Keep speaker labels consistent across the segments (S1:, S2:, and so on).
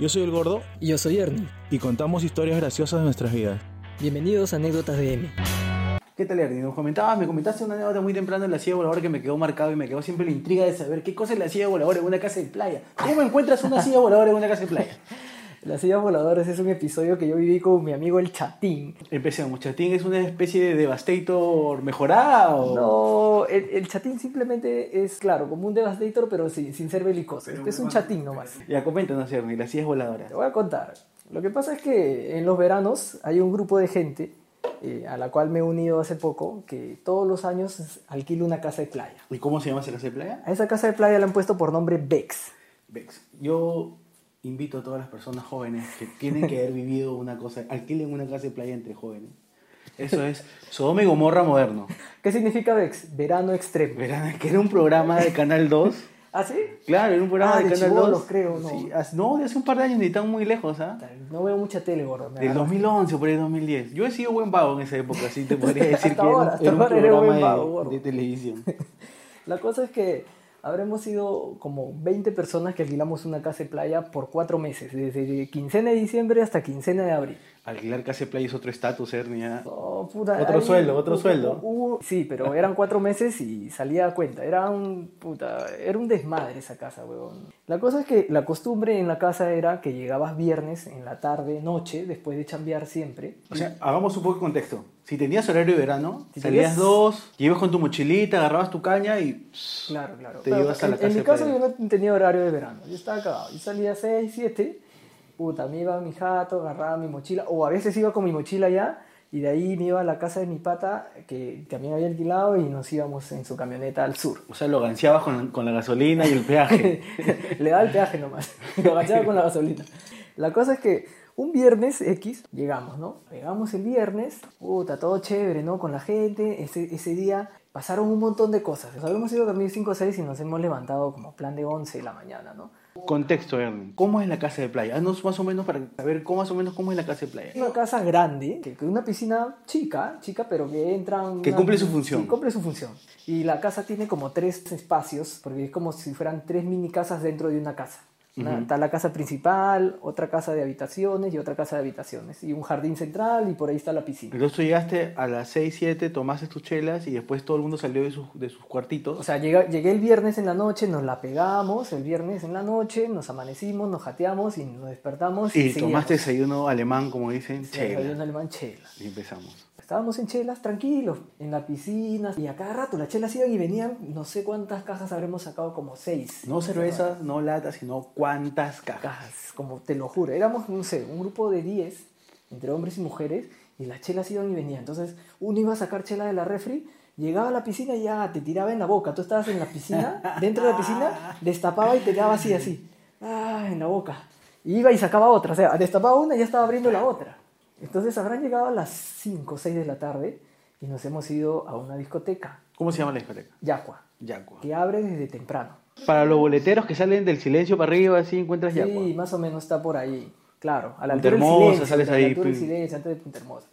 S1: Yo soy el gordo
S2: Y yo soy Ernie.
S1: y contamos historias graciosas de nuestras vidas.
S2: Bienvenidos a Anécdotas de M.
S3: ¿Qué tal, Ernie? Nos comentabas, me comentaste una anécdota muy temprana de la silla voladora que me quedó marcado y me quedó siempre la intriga de saber qué cosa es la silla voladora en una casa de playa. ¿Cómo encuentras una silla voladora en una casa de playa?
S2: Las sillas voladoras es un episodio que yo viví con mi amigo el Chatín.
S3: Empecemos, Chatín es una especie de Devastator mejorado.
S2: No, el, el Chatín simplemente es, claro, como un Devastator, pero sin, sin ser belicoso. Este es un Chatín nomás.
S3: Ya, coméntanos, Ernie, la silla es voladora.
S2: Te voy a contar. Lo que pasa es que en los veranos hay un grupo de gente eh, a la cual me he unido hace poco que todos los años alquila una casa de playa.
S3: ¿Y cómo se llama esa casa de playa?
S2: A esa casa de playa le han puesto por nombre Bex.
S3: Vex. Yo invito a todas las personas jóvenes que tienen que haber vivido una cosa, alquilen una casa de playa entre jóvenes. Eso es Sodoma y Gomorra moderno.
S2: ¿Qué significa Bex? Verano extremo.
S3: Verán, que era un programa de Canal 2.
S2: ¿Ah, sí?
S3: Claro, era un programa
S2: Ah,
S3: de,
S2: de
S3: Canal
S2: chibolos,
S3: 2.
S2: creo, ¿no?
S3: Sí, hace- no, de hace un par de años, ni tan muy lejos, ¿ah?
S2: No veo mucha tele, gordo. me
S3: Del
S2: agarras.
S3: 2011, por ahí 2010. Yo he sido buen vago en esa época, así te podría decir
S2: Hasta
S3: que
S2: ahora,
S3: era,
S2: hasta
S3: un- era un
S2: ahora eres
S3: programa
S2: buen
S3: de-
S2: vago, gordo.
S3: de, televisión.
S2: La cosa es que habremos sido como 20 personas que alquilamos una casa de playa por cuatro meses, desde quincena de diciembre hasta quincena de abril.
S3: Alquilar Casa Play es otro estatus, ¿ah? Ernia.
S2: Oh, puta,
S3: Otro sueldo, otro
S2: hubo-
S3: sueldo.
S2: hubo- sí, pero eran cuatro meses y salía a cuenta. Era un, puta, era un desmadre esa casa, huevón. La cosa es que la costumbre en la casa era que llegabas viernes en la tarde, noche, después de chambear siempre.
S3: O sea, hagamos un poco de contexto. Si tenías horario de verano,
S2: Si
S3: salías
S2: tenías-
S3: dos, te ibas con tu mochilita, agarrabas tu caña y...
S2: Claro, claro.
S3: Te
S2: Claro,
S3: ibas a la
S2: en,
S3: casa
S2: en mi
S3: de
S2: caso
S3: playa.
S2: yo no tenía horario de verano. Yo estaba cagado. Yo salía 6, 7. Puta, me iba a mi jato, agarraba mi mochila. O a veces iba con mi mochila ya. Y de ahí me iba a la casa de mi pata, que también había alquilado, y nos íbamos en su camioneta al sur.
S3: O sea, lo ganseabas con, con la gasolina y el peaje.
S2: Le daba el peaje nomás. Lo agachaba con la gasolina. La cosa es que un viernes X llegamos, ¿no? Llegamos el viernes, puta, todo chévere, ¿no? Con la gente. Ese, ese día pasaron un montón de cosas. Nos habíamos ido a dormir 5 o 6 y nos hemos levantado como plan de 11 de la mañana, ¿no?
S3: Contexto, Ernie. ¿Cómo es la casa de playa? Haznos más o menos para saber cómo, más o menos cómo es la casa de playa.
S2: Una casa grande, que, que una piscina chica, chica, pero que entran...
S3: Que
S2: una-
S3: cumple su función.
S2: Sí, cumple su función. Y la casa tiene como tres espacios, porque es como si fueran tres mini casas dentro de una casa. Una- Está la casa principal, otra casa de habitaciones y otra casa de habitaciones. Y un jardín central y por ahí está la piscina.
S3: Entonces tú llegaste a las 6, 7, tomaste tus chelas y después todo el mundo salió de sus, de sus cuartitos.
S2: O sea, llega- llegué el viernes en la noche, nos la pegamos el viernes en la noche, nos amanecimos, nos jateamos y nos despertamos.
S3: y
S2: seguíamos.
S3: tomaste desayuno alemán, como dicen,
S2: Sí, desayuno
S3: chela.
S2: alemán, chela.
S3: Y empezamos.
S2: Estábamos en chelas tranquilos, en la piscina, y a cada rato las chelas iban y venían, no sé cuántas cajas habremos sacado, como seis.
S3: No cervezas, no latas, sino cuántas cajas.
S2: Cajas, como te lo juro. Éramos, no sé, un grupo de diez, entre hombres y mujeres, y las chelas iban y venían. Entonces, uno iba a sacar chela de la refri, llegaba a la piscina y ya te tiraba en la boca. Tú estabas en la piscina, dentro de la piscina, destapaba y te daba así, así. Ah, en la boca. Y iba y sacaba otra, o sea, destapaba una y ya estaba abriendo la otra. Entonces, habrán llegado a las 5 o 6 de la tarde y nos hemos ido a una discoteca.
S3: ¿Cómo se llama la discoteca?
S2: Yacua,
S3: Yacua.
S2: que abre desde temprano.
S3: Para los boleteros que salen del silencio para arriba, así encuentras
S2: Sí,
S3: Yacua.
S2: más o menos está por ahí. Claro, a la
S3: Punta
S2: altura del
S3: Hermosa,
S2: silencio.
S3: sales
S2: a la
S3: ahí, pues.
S2: altura del
S3: pim.
S2: silencio, antes de Punta Hermosa.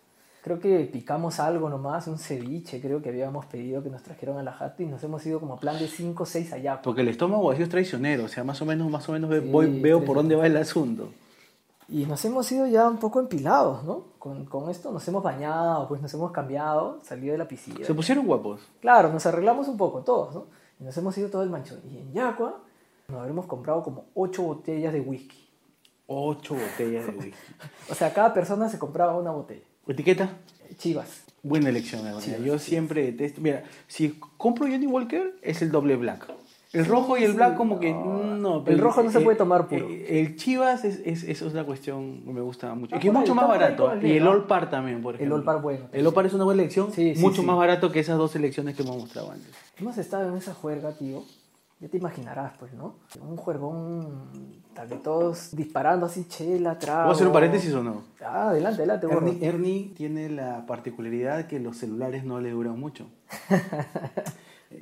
S2: Creo que picamos algo nomás, un ceviche, creo que habíamos pedido que nos trajeron a la jata y nos hemos ido como plan de 5 o 6 allá. pues.
S3: Porque el estómago vacío es traicionero, o sea, más o menos, más o menos ve-
S2: Sí,
S3: voy- veo
S2: traicionero.
S3: por dónde va el asunto.
S2: Y nos hemos ido ya un poco empilados, ¿no? Con, con esto nos hemos bañado, pues nos hemos cambiado, salido de la piscina.
S3: Se pusieron guapos.
S2: Claro, nos arreglamos un poco todos, ¿no? Y nos hemos ido todo el manchón. Y en Yacua nos habremos comprado como 8 botellas de whisky.
S3: Ocho botellas de whisky.
S2: O sea, cada persona se compraba una botella.
S3: ¿Etiqueta?
S2: Chivas.
S3: Buena elección, Adonia. Yo siempre detesto. Mira, si compro Johnny Walker, es el doble black. El rojo y el black, como que.
S2: no.
S3: No, eh,
S2: El rojo no se puede tomar puro.
S3: El, Chivas es, es, es una cuestión que me gusta mucho.
S2: Está
S3: Y que es
S2: por
S3: mucho
S2: ahí,
S3: más
S2: está por ahí
S3: barato.
S2: con Ah, el
S3: Y el
S2: negro.
S3: All Par también, por
S2: El
S3: ejemplo.
S2: All Par bueno.
S3: El All Par es una buena elección.
S2: Sí, sí,
S3: mucho
S2: sí.
S3: más barato que esas dos elecciones que hemos mostrado antes.
S2: Hemos estado en esa juerga, tío. Ya te imaginarás, pues, ¿no? Un juergón tal que todos disparando así, chela, trago.
S3: ¿Puedo hacer un paréntesis o no?
S2: Ah, adelante, adelante, gordo.
S3: Ernie, Ernie tiene la particularidad que los celulares no le duran mucho.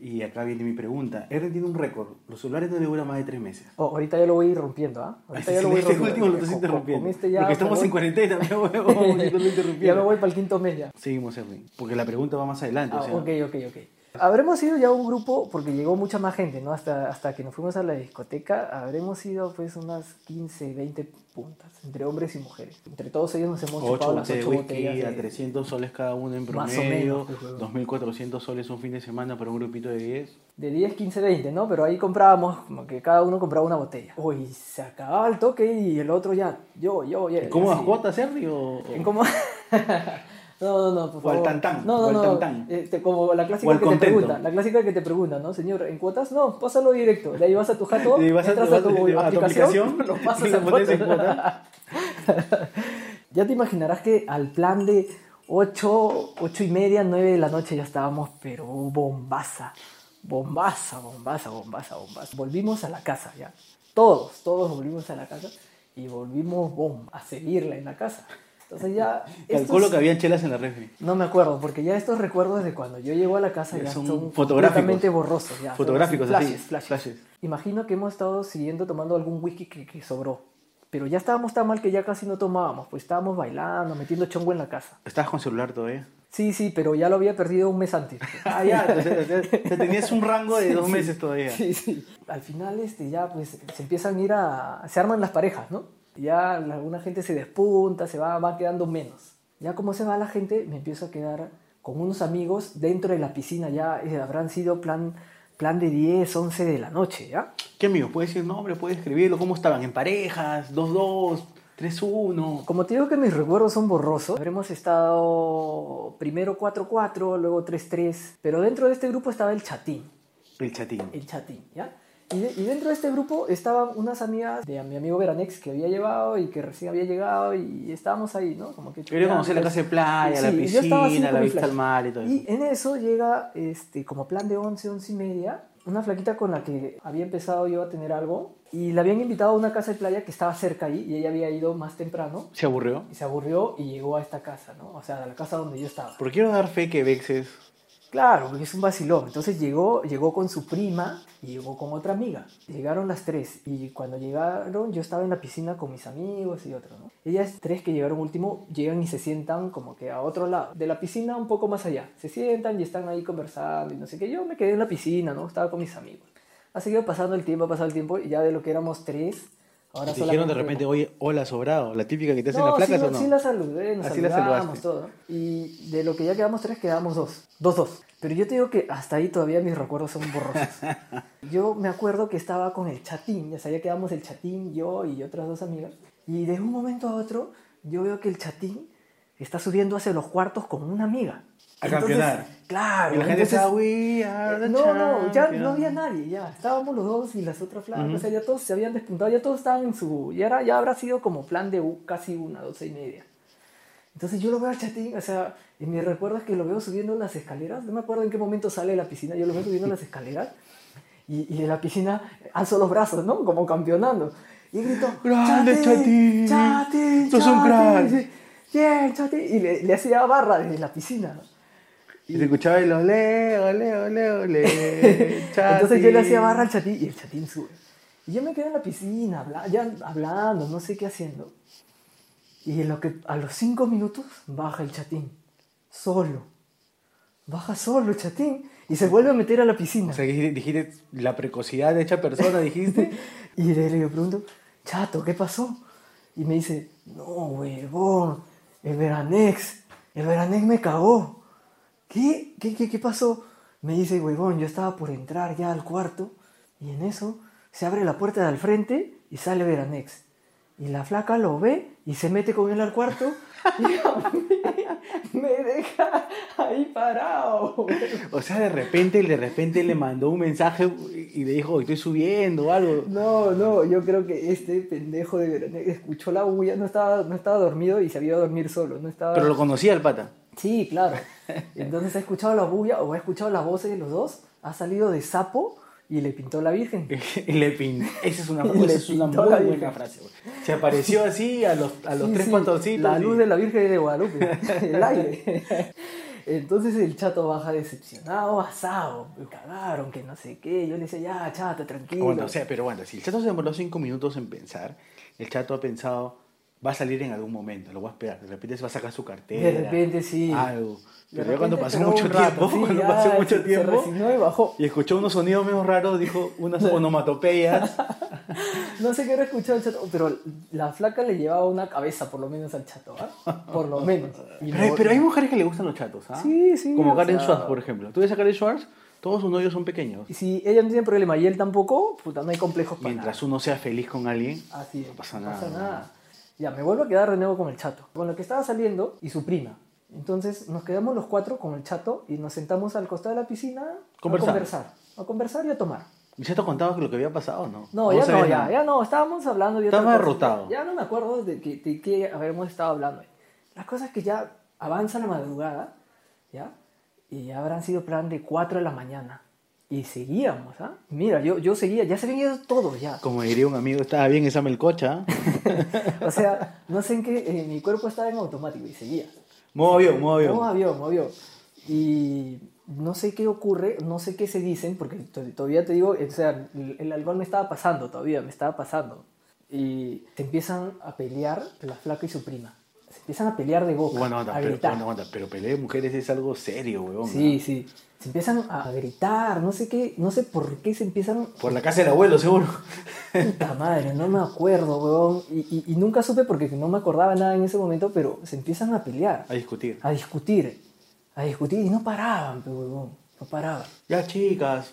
S3: y acá viene mi pregunta. Ernie tiene un récord. Los celulares no le duran más de tres meses.
S2: Oh, ahorita ya lo voy a ir rompiendo, ¿ah? Ahorita ya lo voy a ir
S3: Este
S2: rompiendo.
S3: último lo estás
S2: Con- con-
S3: interrumpiendo.
S2: con este ya
S3: Porque
S2: me
S3: estamos
S2: voy-
S3: en cuarentena, me voy, me voy, no lo
S2: Ya me
S3: interrumpiendo.
S2: voy para el quinto mes ya.
S3: Seguimos, Erwin, porque la pregunta va más adelante.
S2: Ah,
S3: o sea,
S2: ok, ok, ok. Habremos sido ya un grupo, porque llegó mucha más gente, ¿no? Hasta, hasta que nos fuimos a la discoteca, habremos sido pues unas 15, 20 puntas, entre hombres y mujeres. Entre todos ellos nos hemos chupado
S3: Ocho
S2: las
S3: botellas
S2: 8
S3: de whisky
S2: botellas.
S3: a
S2: de-
S3: 300 soles cada uno en
S2: Más o
S3: promedio,
S2: menos, pues, huevón.
S3: 2.400 soles un fin de semana para un grupito de 10.
S2: De 10, 15, 20, ¿no? Pero ahí comprábamos, como que cada uno compraba una botella. Uy, se acababa el toque y el otro ya, yo, yo, ya.
S3: ¿En cómodas
S2: así.
S3: cuotas, Henry? O, o-
S2: ¿En cómo? No, no, no, por
S3: O al
S2: favor.
S3: tantán, o
S2: No,
S3: al
S2: no, no.
S3: tantán.
S2: Este, como la
S3: O
S2: clásica
S3: al
S2: que
S3: contento.
S2: te pregunta, la clásica que te pregunta, ¿no? Señor, ¿en cuotas? No, pásalo directo. De ahí vas a tu jato,
S3: Y vas a-
S2: entras
S3: vas
S2: a, tu,
S3: a- a tu
S2: aplicación,
S3: aplicación,
S2: lo
S3: y
S2: pasas
S3: lo
S2: a
S3: pones en
S2: cuota. ya te imaginarás que al plan de 8, 8 y media, 9 de la noche ya estábamos, pero bombaza. Bombaza, bombaza, bombaza, bombaza. Volvimos a la casa ya. Todos, todos volvimos a la casa y volvimos, boom, a seguirla en la casa. Entonces ya...
S3: Calculo
S2: estos-
S3: que habían chelas en la refri.
S2: no me acuerdo, porque ya estos recuerdos de cuando yo llego a la casa
S3: Ya
S2: ya,
S3: son
S2: son,
S3: fotográficos.
S2: completamente borrosos. Ya,
S3: Fotográficos
S2: Son
S3: así.
S2: flashes, flashes.
S3: flashes.
S2: Imagino que hemos estado siguiendo tomando algún whisky que, que sobró. Pero ya estábamos tan mal que ya casi no tomábamos, pues estábamos bailando, metiendo chongo en la casa.
S3: ¿Estabas con celular todavía?
S2: Sí, sí, pero ya lo había perdido un mes antes. pues,
S3: Ah, ya, o sea, o sea, o sea, tenías un rango de dos
S2: Sí,
S3: meses todavía.
S2: Sí, sí. Al final, este, ya pues se empiezan a ir a. Se arman las parejas, ¿no? Ya alguna gente se despunta, se va, va quedando menos. Ya como se va la gente, me empiezo a quedar con unos amigos dentro de la piscina, ya eh, habrán sido plan, plan de 10, 11 de la noche, ¿ya?
S3: ¿Qué amigos? ¿Puedes decir nombre? ¿Puedes escribirlo? ¿Cómo estaban? ¿En parejas? ¿2-2? ¿3-1?
S2: Como te digo que mis recuerdos son borrosos, habremos estado primero 4-4, luego 3-3, pero dentro de este grupo estaba el chatín.
S3: El chatín.
S2: el chatín, ¿ya? Y, de- y dentro de este grupo estaban unas amigas de mi amigo Veranex que había llevado y que recién había llegado y estábamos ahí, ¿no? Como que
S3: Quería conocer la casa de playa, la
S2: pues, Sí, yo estaba así
S3: piscina,
S2: con
S3: la
S2: mi
S3: vista
S2: flash.
S3: al mar y todo eso.
S2: Y en eso llega, este, como plan de 11, 11 y media, una flaquita con la que había empezado yo a tener algo y la habían invitado a una casa de playa que estaba cerca ahí y ella había ido más temprano
S3: ¿Se aburrió?
S2: y se aburrió y llegó a esta casa, ¿no? O sea, a la casa donde yo estaba.
S3: Porque quiero dar fe que Vexes
S2: Claro, porque es un vacilón. Entonces llegó, llegó con su prima y llegó con otra amiga. Llegaron las tres y cuando llegaron yo estaba en la piscina con mis amigos y otros. ¿no? Ellas tres que llegaron último llegan y se sientan como que a otro lado de la piscina un poco más allá. Se sientan y están ahí conversando y no sé qué. Yo me quedé en la piscina, ¿no? Estaba con mis amigos. Ha seguido pasando el tiempo, ha pasado el tiempo y ya de lo que éramos tres, ahora
S3: y te dijeron
S2: solamente-
S3: de repente, oye, hola sobrado, la típica que te hacen
S2: no,
S3: las placas
S2: sí,
S3: o no.
S2: sí la saludé, nos
S3: Así la saludaste.
S2: saludamos, todo, ¿no? Y de lo que ya quedamos tres, quedamos dos. Dos, dos. Pero yo te digo que hasta ahí todavía mis recuerdos son borrosos. yo me acuerdo que estaba con el chatín, ya sabía quedamos el chatín, yo y otras dos amigas. Y de un momento a otro, yo veo que el chatín está subiendo hacia los cuartos con una amiga.
S3: A campeonar.
S2: Claro.
S3: Y la gente
S2: entonces-
S3: estaba, "We are the
S2: Eh, no, no, ya
S3: champions".
S2: no había nadie, ya. Estábamos los dos y las otras flacas, o sea, ya todos se habían despuntado, ya todos estaban en su... Ya, era, ya habrá sido como plan de u- casi una, doce y media. Entonces yo lo veo al chatín, o sea, y me recuerdo es que lo veo subiendo las escaleras, no me acuerdo en qué momento sale de la piscina, yo lo veo subiendo las escaleras y, y de la piscina alzo los brazos, ¿no? Como campeonando. Y grito,
S3: Grande, Chatín,
S2: Chatín,
S3: sos
S2: Chatín,
S3: un crack".
S2: sí, Bien, Chatín. Y le, le hacía barra desde la piscina.
S3: Y se escuchaba el ole, ole, ole, ole. chati.
S2: Entonces yo le hacía barra al chatín y el chatín sube. Y yo me quedé en la piscina, habla- ya hablando, no sé qué haciendo. Y en lo que, a los cinco minutos baja el chatín, solo. Baja solo el chatín y se vuelve a meter a la piscina.
S3: O sea, que dijiste- dijiste la precocidad de esta persona, dijiste.
S2: Y le, le pregunto, chato, ¿qué pasó? Y me dice, no, huevón, el veranex, el veranex me cagó. ¿Qué? ¿Qué, qué, qué pasó? Me dice, huevón, yo estaba por entrar ya al cuarto y en eso se abre la puerta de al frente y sale veranex. Y la flaca lo ve y se mete con él al cuarto y a mí me deja ahí parado. huevón.
S3: O sea, de repente, de repente le mandó un mensaje y le dijo, estoy subiendo o algo.
S2: No, no, yo creo que este pendejo de Veranex escuchó la bulla, no estaba, no estaba dormido y se había ido a dormir solo, no estaba...
S3: Pero lo conocía el pata.
S2: Sí, claro. Entonces ha escuchado la bulla o ha escuchado las voces de los dos, ha salido de sapo y le pintó la virgen.
S3: Y le pin- Esa es una,
S2: Y
S3: esa
S2: le
S3: es una muy
S2: pintó la
S3: buena
S2: Virgen.
S3: frase. güey. Se apareció así a los, a los
S2: Sí,
S3: tres
S2: sí,
S3: pantoncitos.
S2: La luz
S3: y-
S2: de la Virgen de Guadalupe, el aire. Entonces el chato baja decepcionado, asado, me cagaron, que no sé qué. Yo le decía, ya,
S3: Ah,
S2: chato, tranquilo.
S3: Bueno, o sea, pero bueno, si el chato se demoró cinco minutos en pensar, el chato ha pensado, va a salir en algún momento, lo voy a esperar. De repente se va a sacar su cartera.
S2: De repente sí.
S3: Algo.
S2: De
S3: Pero ya cuando
S2: repente
S3: pasó
S2: esperó
S3: mucho
S2: un rato,
S3: tiempo,
S2: sí,
S3: cuando
S2: ya,
S3: pasó
S2: se-
S3: mucho
S2: se
S3: tiempo
S2: resignó y bajó.
S3: y escuchó unos sonidos medio raros, dijo unas onomatopeyas.
S2: No sé qué habrá escuchado el chato, pero la flaca le llevaba una cabeza por lo menos al chato, ¿ah? Por lo menos. Y
S3: Pero,
S2: lo-
S3: pero hay mujeres que le gustan los chatos, ¿ah?
S2: Sí, sí,
S3: Como
S2: o
S3: Karen
S2: sea-
S3: Schwartz, por ejemplo. Tú ves a Karen Schwartz, todos sus novios son pequeños.
S2: y si ella no tiene problema y él tampoco, puta, no hay complejos para
S3: Mientras uno sea feliz con alguien,
S2: nada. Así es, no
S3: pasa
S2: pasa
S3: nada,
S2: nada.
S3: ¿no?
S2: Ya, me vuelvo a quedar de nuevo con el chato. Con lo que estaba saliendo y su prima. Entonces nos quedamos los cuatro con el chato y nos sentamos al costado de la piscina
S3: Conversar.
S2: a conversar. A conversar y a tomar.
S3: ¿y ya te contaba lo que había pasado, ¿no?
S2: No,
S3: ¿Cómo
S2: ya
S3: sabías
S2: no, ya,
S3: nada?
S2: ya no, estábamos hablando de otra
S3: Estaba
S2: cosa.
S3: derrotado.
S2: Ya no me acuerdo de qué de qué habíamos estado hablando. La cosa es que ya avanza la madrugada, ¿ya? Y ya habrán sido plan de 4 de la mañana. Y seguíamos, ¿ah? Mira, yo, yo seguía, ya se habían ido todos ya.
S3: Como diría un amigo, estaba bien esa melcocha.
S2: O sea, no sé en qué, eh, mi cuerpo estaba en automático y seguía.
S3: Modo avión, modo avión.
S2: Modo avión, modo avión. Y no sé qué ocurre, no sé qué se dicen, porque to- todavía te digo, o sea, el el alcohol me estaba pasando todavía, me estaba pasando. Y se empiezan a pelear la flaca y su prima. Se empiezan a pelear de boca,
S3: Bueno, aguanta,
S2: a
S3: pero,
S2: gritar.
S3: bueno, aguanta, pero pelea de mujeres es algo serio, weón.
S2: sí, sí. Se empiezan a gritar, no sé qué, no sé por qué se empiezan...
S3: Por la casa del abuelo, seguro.
S2: Puta madre, no me acuerdo, weón. Y, y- y nunca supe porque no me acordaba nada en ese momento, pero se empiezan a pelear,
S3: A discutir.
S2: a discutir, a discutir y no paraban, pe, weón, no paraban.
S3: Ya, chicas.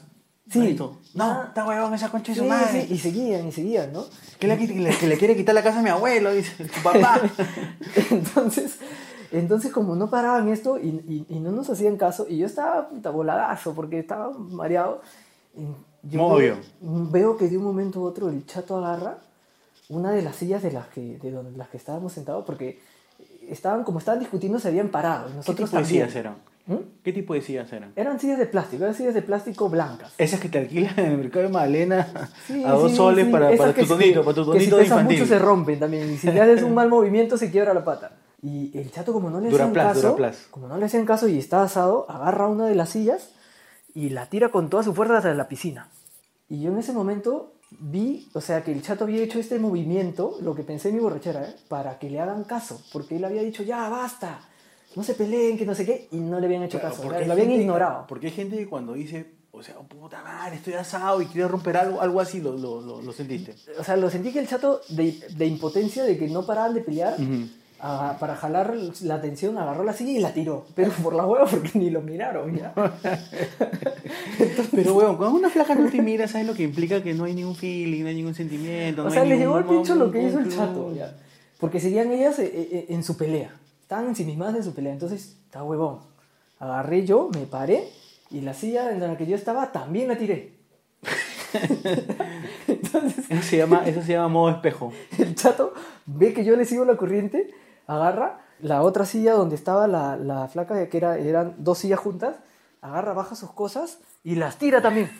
S2: Sí.
S3: manito. No,
S2: Ah.
S3: está huevón esa concha de su
S2: Sí,
S3: madre.
S2: sí, y seguían, y seguían, ¿no?
S3: Que le, que le- que le quiere quitar la casa a mi abuelo, dice tu papá.
S2: Entonces, entonces como no paraban esto y, y- y no nos hacían caso, y yo estaba puta, voladazo porque estaba mareado, y yo
S3: Modo
S2: veo,
S3: avión.
S2: veo que de un momento u otro el chato agarra una de las sillas de las que, de donde, las que estábamos sentados, porque estaban, como estaban discutiendo, se habían parado. y
S3: ¿Qué
S2: Nosotros
S3: tipo de
S2: también.
S3: sillas eran?
S2: ¿Mm?
S3: ¿Qué tipo de sillas eran?
S2: Eran sillas de plástico, eran sillas de plástico blancas.
S3: Esas que te alquilan en el mercado de Magdalena
S2: Sí,
S3: a dos
S2: sí,
S3: soles
S2: sí.
S3: para,
S2: Esas
S3: para
S2: que
S3: tu
S2: si-
S3: tonito, para tu
S2: que si
S3: tonito
S2: pesas
S3: infantil.
S2: mucho se rompen también. Y si le haces un mal movimiento se quiebra la pata. Y el chato, como no le hacían
S3: Duraplas,
S2: caso,
S3: Duraplas.
S2: como no le hacían caso y está asado, agarra una de las sillas y la tira con toda su fuerza hacia la piscina. Y yo en ese momento vi, o sea, que el chato había hecho este movimiento, lo que pensé en mi borrachera, ¿eh? para que le hagan caso, porque él había dicho, ya, basta, no se peleen, que no sé qué, y no le habían hecho
S3: Claro,
S2: caso,
S3: porque hay
S2: lo habían
S3: gente-
S2: ignorado.
S3: Porque hay gente que cuando dice, o sea, puta madre, estoy asado y quiero romper algo, algo así lo, lo, lo, lo sentiste.
S2: O sea, lo sentí que el chato, de, de impotencia, de que no paraban de pelear,
S3: Ujú.
S2: a- para jalar la atención, agarró la silla y la tiró. Pero por la hueva, porque ni lo miraron ya.
S3: Pero, weón, cuando una flaca no te mira, ¿sabes lo que implica? Que no hay ningún feeling, no hay ningún sentimiento.
S2: O
S3: no
S2: sea,
S3: hay
S2: le llegó
S3: ningún-
S2: el pincho
S3: no-
S2: lo que
S3: no-
S2: hizo el
S3: no-
S2: chato. ya. Porque seguían ellas eh, eh, en su pelea. Estaban ensimismadas en su pelea. Entonces, está huevón. Agarré yo, me paré y la silla en la que yo estaba también la tiré.
S3: Eso se, llama, eso se llama modo espejo.
S2: El chato ve que yo le sigo la corriente, agarra la otra silla donde estaba la, la flaca, que era, eran dos sillas juntas, agarra, baja sus cosas y las tira también.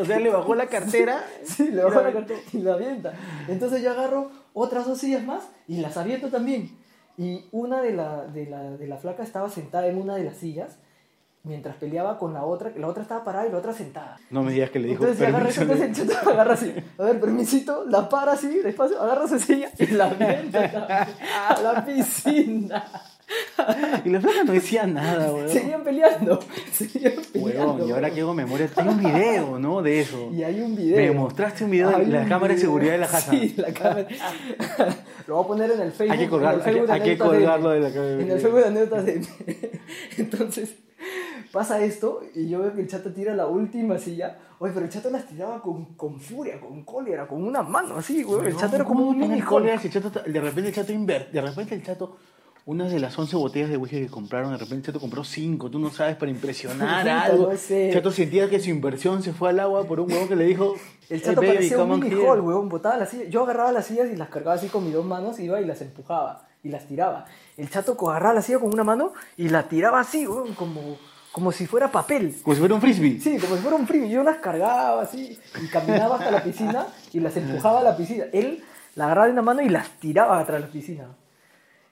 S3: o sea, le bajó la cartera.
S2: Sí, le bajo la cartera y la avienta. Entonces yo agarro otras dos sillas más y las aviento también. Y una de la, de la, de la flaca estaba sentada en una de las sillas mientras peleaba con la otra. La otra estaba parada y la otra sentada.
S3: No me digas que le dijo
S2: Entonces, agarra,
S3: permiso.
S2: entonces el chato agarra así. A ver, permisito, la para así, despacio, agarra su silla y la avienta también a la piscina.
S3: Y la flaca no decía nada, weón.
S2: Seguían peleando, seguían peleando.
S3: Huevón, y ahora
S2: weón.
S3: que hago memoria, tengo un video, ¿no? De eso.
S2: Y hay un video.
S3: Me mostraste un video de
S2: Hay
S3: la
S2: un
S3: cámara de
S2: video.
S3: seguridad de la casa.
S2: Sí, la cámara. Lo voy a poner en el Facebook.
S3: Hay que colgar-
S2: en el Facebook
S3: hay que-
S2: de
S3: hay que
S2: anécdotas
S3: colgarlo de la cámara de
S2: En el
S3: video.
S2: Facebook de anécdotas de Entonces, pasa esto y yo veo que el chato tira la última silla. Oye, pero el chato las tiraba con, con furia, con cólera, con una mano así, güey. El
S3: Huevón,
S2: chato era como
S3: ¿cómo
S2: un
S3: no
S2: mini
S3: me
S2: cólera.
S3: jodas? El chato ta- de repente el chato inver- De repente el chato, una de las 11 botellas de whisky que compraron, de repente el chato compró 5, tú no sabes, para impresionar
S2: Puta,
S3: algo.
S2: no sé.
S3: El chato sentía que su inversión se fue al agua por un huevón que le dijo,
S2: El
S3: "Hey,
S2: chato
S3: Eh, baby,
S2: parecía
S3: come
S2: un
S3: on
S2: mini
S3: here".
S2: hall, weón. Botaba las sillas. Yo agarraba las sillas y las cargaba así con mis dos manos, iba y las empujaba y las tiraba. El chato co- agarraba la silla con una mano y la tiraba así, weón, como, como si fuera papel.
S3: Como si fuera un frisbee.
S2: Sí, como si fuera un frío. Yo las cargaba así y caminaba hasta la piscina y las empujaba a la piscina. Él la agarraba de una mano y las tiraba atrás de la piscina.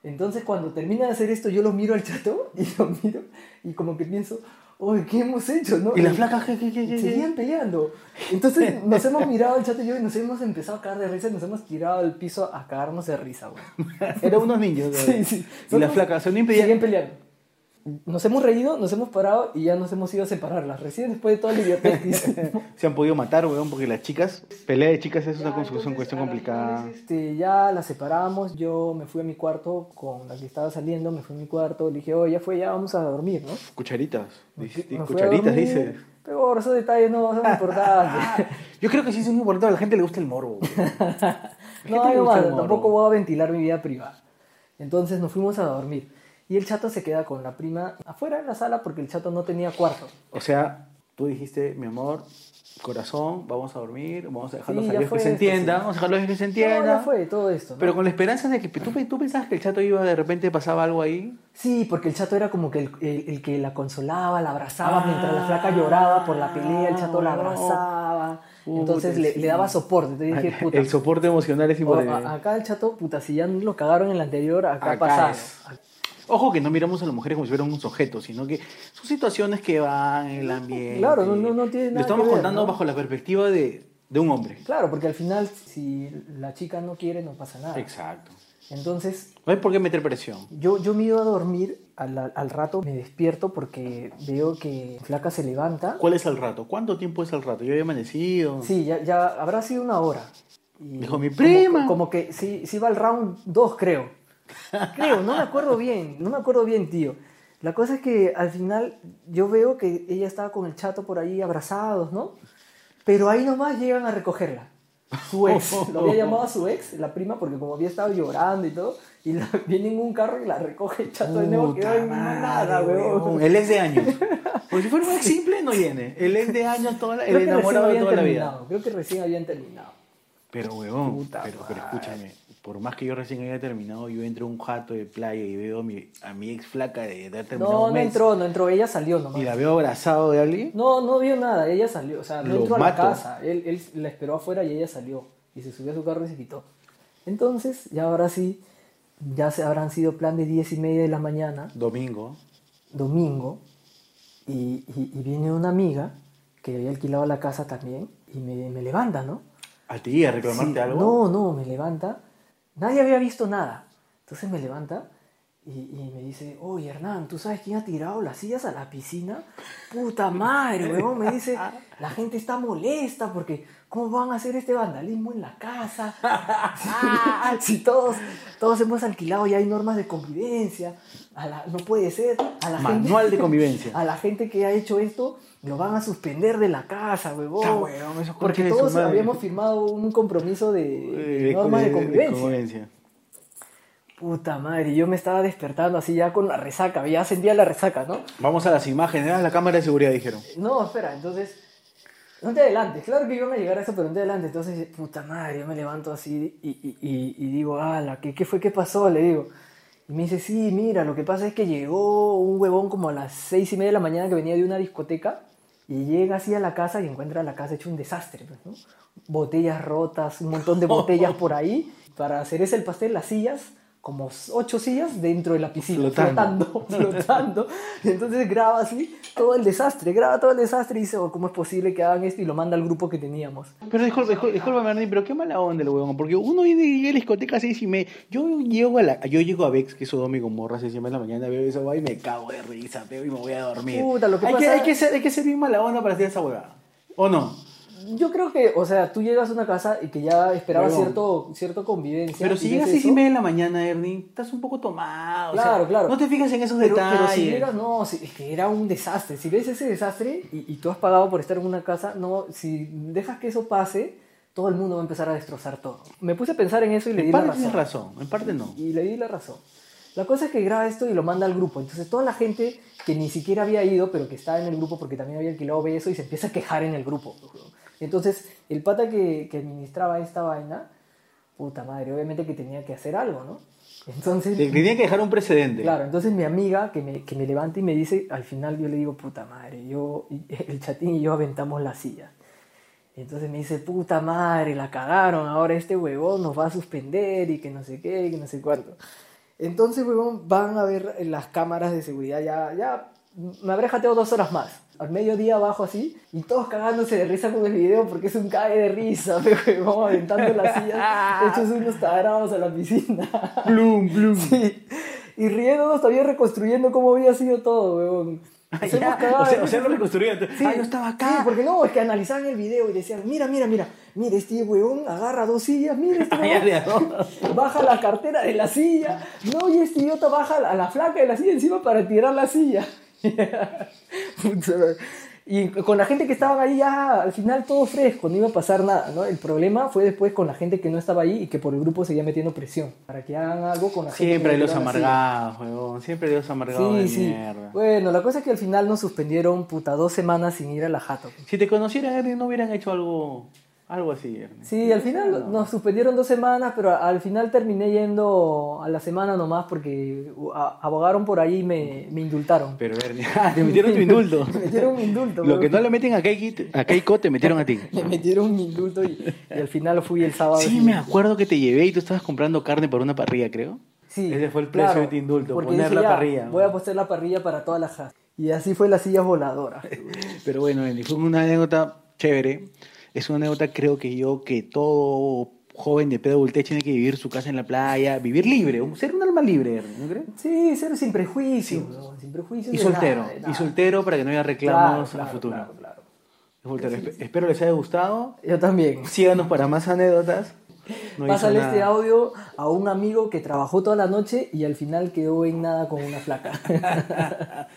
S2: Entonces, cuando termina de hacer esto, yo lo miro al chato y lo miro y como que pienso, oye, ¿qué hemos hecho? ¿no?
S3: Y las flacas, ¿qué, qué, qué, qué?
S2: Seguían peleando. Entonces nos hemos mirado el chato y yo y nos hemos empezado a caer de risa y nos hemos tirado al piso a cagarnos de risa, güey.
S3: Eran unos niños.
S2: Sí, sí.
S3: Y las flacas, son impedían.
S2: Seguían peleando. Nos hemos reído, nos hemos parado y ya nos hemos ido a separarlas. Recién después de toda la idiotez que hicimos.
S3: se han podido matar, weón, porque las chicas, pelea de chicas es una construcción,
S2: Entonces,
S3: cuestión
S2: a las
S3: complicada.
S2: finales, este, ya la separamos, yo me fui a mi cuarto con la que estaba saliendo, me fui a mi cuarto, le dije, oye, ya fue, ya vamos a dormir, ¿no?
S3: Cucharitas,
S2: Me
S3: dice-
S2: fui- me fui a
S3: cucharitas,
S2: dormir,
S3: dice.
S2: Pero bueno, esos detalles no son importantes.
S3: Yo creo que sí es muy importante, a la gente le gusta el morbo. weón. ¿Qué
S2: no,
S3: te
S2: algo
S3: gusta
S2: más,
S3: el morbo?
S2: tampoco voy a ventilar mi vida privada. Entonces nos fuimos a dormir. Y el chato se queda con la prima afuera en la sala porque el chato no tenía cuarto.
S3: O sea, tú dijiste, mi amor, corazón, vamos a dormir, vamos a dejarlos
S2: Sí,
S3: a
S2: ya
S3: Dios
S2: fue
S3: que se
S2: esto,
S3: entienda,
S2: sí.
S3: vamos a dejarlos a que se
S2: No, ya
S3: entienda.
S2: fue todo esto. ¿no?
S3: Pero con la esperanza de que tú, tú pensabas que el chato iba de repente pasaba algo ahí.
S2: Sí, porque el chato era como que el, el- el que la consolaba, la abrazaba, mientras la
S3: Ah.
S2: flaca lloraba por la pelea, el chato la
S3: no.
S2: abrazaba.
S3: Puta,
S2: Entonces le,
S3: sí.
S2: le daba soporte. Entonces dije, puta,
S3: El soporte emocional es
S2: o-
S3: importante.
S2: a- acá el chato, puta, si ya lo cagaron en la anterior, acá,
S3: Acá
S2: pasaron.
S3: es. Ojo que no miramos a las mujeres como si fueran unos objetos, sino que son situaciones que van en el ambiente.
S2: Claro, no- no- no tiene nada
S3: Lo estamos
S2: que ver,
S3: contando
S2: ¿no?
S3: bajo la perspectiva de, de un hombre.
S2: Claro, porque al final, si la chica no quiere, no pasa nada.
S3: Exacto.
S2: Entonces,
S3: No hay por qué meter presión.
S2: Yo, yo me iba a dormir, al, al rato me despierto porque veo que Flaca se levanta.
S3: ¿Cuál es el rato? ¿Cuánto tiempo es el rato? Yo había amanecido.
S2: Sí, ya, ya habrá sido una hora. Y
S3: Dijo, "Mi
S2: como-
S3: prima".
S2: Como, que sí, sí va al round 2, creo. Creo, no me acuerdo bien, no me acuerdo bien, tío. La cosa es que al final yo veo que ella estaba con el chato por ahí abrazados, ¿no? Pero ahí nomás llegan a recogerla. Su ex, lo había llamado a su ex, la prima, porque como había estado llorando y todo, y la, viene en un carro y la recoge el chato de nuevo, que
S3: Puta
S2: ay, no,
S3: madre,
S2: nada,
S3: huevón.
S2: weón.
S3: El ex de años. Porque si fuera un ex simple, no viene. El ex de años, toda la-
S2: Creo
S3: el
S2: que recién
S3: enamorado de
S2: habían
S3: toda la vida.
S2: terminado, creo que recién habían terminado.
S3: Pero, huevón,
S2: Puta
S3: pero, pero
S2: madre.
S3: escúchame, por más que yo recién haya terminado, yo entro a un jato de playa y veo a mi, a mi ex flaca de haber terminado
S2: No,
S3: un
S2: no
S3: mes
S2: entró, no entró, ella salió nomás.
S3: y la veo abrazado de alguien.
S2: No, no vio nada, ella salió, o sea, no
S3: Lo
S2: entró
S3: mato.
S2: a la casa, él, él la esperó afuera y ella salió, y se subió a su carro y se quitó. Entonces, ya ahora sí, ya se habrán sido plan de 10 y media de la mañana,
S3: Domingo.
S2: domingo, y, y- y viene una amiga que había alquilado la casa también, y me, me levanta, ¿no?
S3: A ti, a reclamarte
S2: Sí,
S3: algo.
S2: No, no, me levanta. Nadie había visto nada. Entonces me levanta y, y me dice, oye Hernán, ¿tú sabes quién ha tirado las sillas a la piscina? Puta madre, weón. Me dice, la gente está molesta porque ¿cómo van a hacer este vandalismo en la casa? si todos, todos hemos alquilado y hay normas de convivencia. A la- no puede ser. A la gente-
S3: Manual de convivencia.
S2: a la gente que ha hecho esto lo van a suspender de la casa, huevón.
S3: Ah, huevón, esos
S2: Porque
S3: conches de su
S2: todos
S3: madre.
S2: habíamos firmado un compromiso de, de
S3: Eh,
S2: normas de, convivencia.
S3: convivencia.
S2: Puta madre, yo me estaba despertando así ya con la resaca, ya sentía la resaca, ¿no?
S3: Vamos a las imágenes, a la cámara de seguridad, dijeron.
S2: No, espera, entonces. No te adelantes, claro que iban a llegar a eso, pero no te adelantes. Entonces, puta madre, yo me levanto así y, y- y- y digo, ala, ¿qué, ¿qué fue? ¿Qué pasó? Le digo. Y me dice, sí, mira, lo que pasa es que llegó un huevón como a las seis y media de la mañana que venía de una discoteca y llega así a la casa y encuentra la casa hecho un desastre, pues, ¿no? Botellas rotas, un montón de botellas por ahí. Para hacer ese el pastel, las sillas, como ocho sillas dentro de la piscina,
S3: Flotando.
S2: flotando flotando. Y entonces graba así todo el desastre, graba todo el desastre y dice, oh, ¿cómo es posible que hagan esto? Y lo manda al grupo que teníamos.
S3: Pero disculpa, disculpa, discúlpame, Ernie, pero qué mala onda el huevón, porque uno viene y llega a la discoteca a seis y media. Yo llego a la, yo llego a Vex, que es Sodoma y Gomorra, a seis y media de la mañana, veo esa guay y me cago de risa, veo y me voy a dormir.
S2: Puta, lo que
S3: hay, que,
S2: pasa-
S3: hay, que ser, hay que ser bien mala onda para hacer esa huevada. ¿O no?
S2: Yo creo que, o sea, tú llegas a una casa y que ya esperabas
S3: Huevón.
S2: cierto, cierto convivencia.
S3: Pero si
S2: y
S3: llegas a
S2: ves
S3: seis y
S2: eso,
S3: media de la mañana, Ernie, estás un poco tomado. o sea,
S2: Claro, claro.
S3: No te fijas en esos
S2: Pero,
S3: detalles.
S2: pero si llegas, no, si- es que era un desastre. Si ves ese desastre y, y tú has pagado por estar en una casa, no, si dejas que eso pase, todo el mundo va a empezar a destrozar todo. Me puse a pensar en eso y le
S3: en
S2: di la
S3: parte
S2: razón.
S3: tienes razón, en parte no.
S2: y le di la razón. La cosa es que graba esto y lo manda al grupo. Entonces toda la gente que ni siquiera había ido, pero que estaba en el grupo porque también había alquilado ve eso y se empieza a quejar en el grupo. Entonces el pata que, que administraba esta vaina, puta madre, obviamente que tenía que hacer algo, ¿no? Entonces...
S3: Te tenía que dejar un precedente.
S2: Claro, entonces mi amiga que me, que me levanta y me dice, al final yo le digo, puta madre, yo, y- el chatín y yo aventamos la silla. Y entonces me dice, puta madre, la cagaron, ahora este huevón nos va a suspender y que no sé qué, y que no sé cuánto. Entonces, huevón, van a ver las cámaras de seguridad ya, ya me habré jateado dos horas más. Al mediodía abajo así, y todos cagándose de risa con el video porque es un cague de risa, pe, weón, vamos aventando las sillas, hechos unos tarados a la piscina.
S3: Plum, plum.
S2: Sí. Y riéndonos todavía reconstruyendo cómo había sido todo, weón. Nos hemos cagado
S3: o
S2: de
S3: sea, o
S2: risa.
S3: sea, lo reconstruyeron.
S2: Sí,
S3: ah, yo estaba acá.
S2: sí, porque no, es que analizaban el video y decían, mira, mira, mira, mira, este weón agarra dos sillas, mira, este
S3: Ah, ya,
S2: weón
S3: ya, no.
S2: baja la cartera de la silla, no, y este idiota baja a la flaca de la silla encima para tirar la silla. Puta madre. y con la gente que estaba ahí ya, al final todo fresco, no iba a pasar nada, ¿no? El problema fue después con la gente que no estaba ahí y que por el grupo seguía metiendo presión para que hagan algo con la gente.
S3: Siempre
S2: que
S3: hay
S2: no
S3: los
S2: tiraba la silla.
S3: amargados, huevón. Siempre hay los amargados
S2: Sí,
S3: de
S2: sí.
S3: mierda.
S2: Bueno, la cosa es que al final nos suspendieron, puta, dos semanas sin ir a la jato.
S3: Si te conocieran, Ernie, no hubieran hecho algo, algo así, Ernie.
S2: Sí, al final
S3: No.
S2: nos suspendieron dos semanas, pero al final terminé yendo a la semana nomás porque uh, a- abogaron por ahí y me, me indultaron.
S3: Pero, Ernie, ah, te metieron tu indulto.
S2: me metieron un indulto.
S3: Lo
S2: weón.
S3: que no le meten a Keiko, a Keiko te metieron a ti.
S2: Me metieron un indulto y, y al final fui el sábado.
S3: Oh, Sí,
S2: y-
S3: me acuerdo que te llevé y tú estabas comprando carne para una parrilla, creo.
S2: Sí,
S3: Ese fue el precio de tu indulto,
S2: porque
S3: poner
S2: dije,
S3: la
S2: "Ya,
S3: parrilla,
S2: Voy a
S3: ¿no?
S2: poner la parrilla para toda la jazz. Y así fue la silla voladora.
S3: Pero bueno, Ernie, fue una anécdota chévere. Es una anécdota, creo que yo, que todo joven de pedo adultez tiene que vivir su casa en la playa, vivir libre, un- ser un alma libre, Ernie, ¿no crees?
S2: Sí, ser sin prejuicios. weón, sin prejuicios
S3: pues.
S2: de
S3: Y
S2: nada,
S3: soltero,
S2: de
S3: y
S2: nada.
S3: soltero para que no haya
S2: Claro,
S3: reclamos
S2: claro,
S3: a futuro.
S2: claro, claro.
S3: Soltero. Espe- Espero les haya gustado.
S2: Yo también.
S3: Síganos para más anécdotas. No hizo
S2: Pásale este
S3: nada.
S2: audio a un amigo que trabajó toda la noche y al final quedó en nada con una flaca.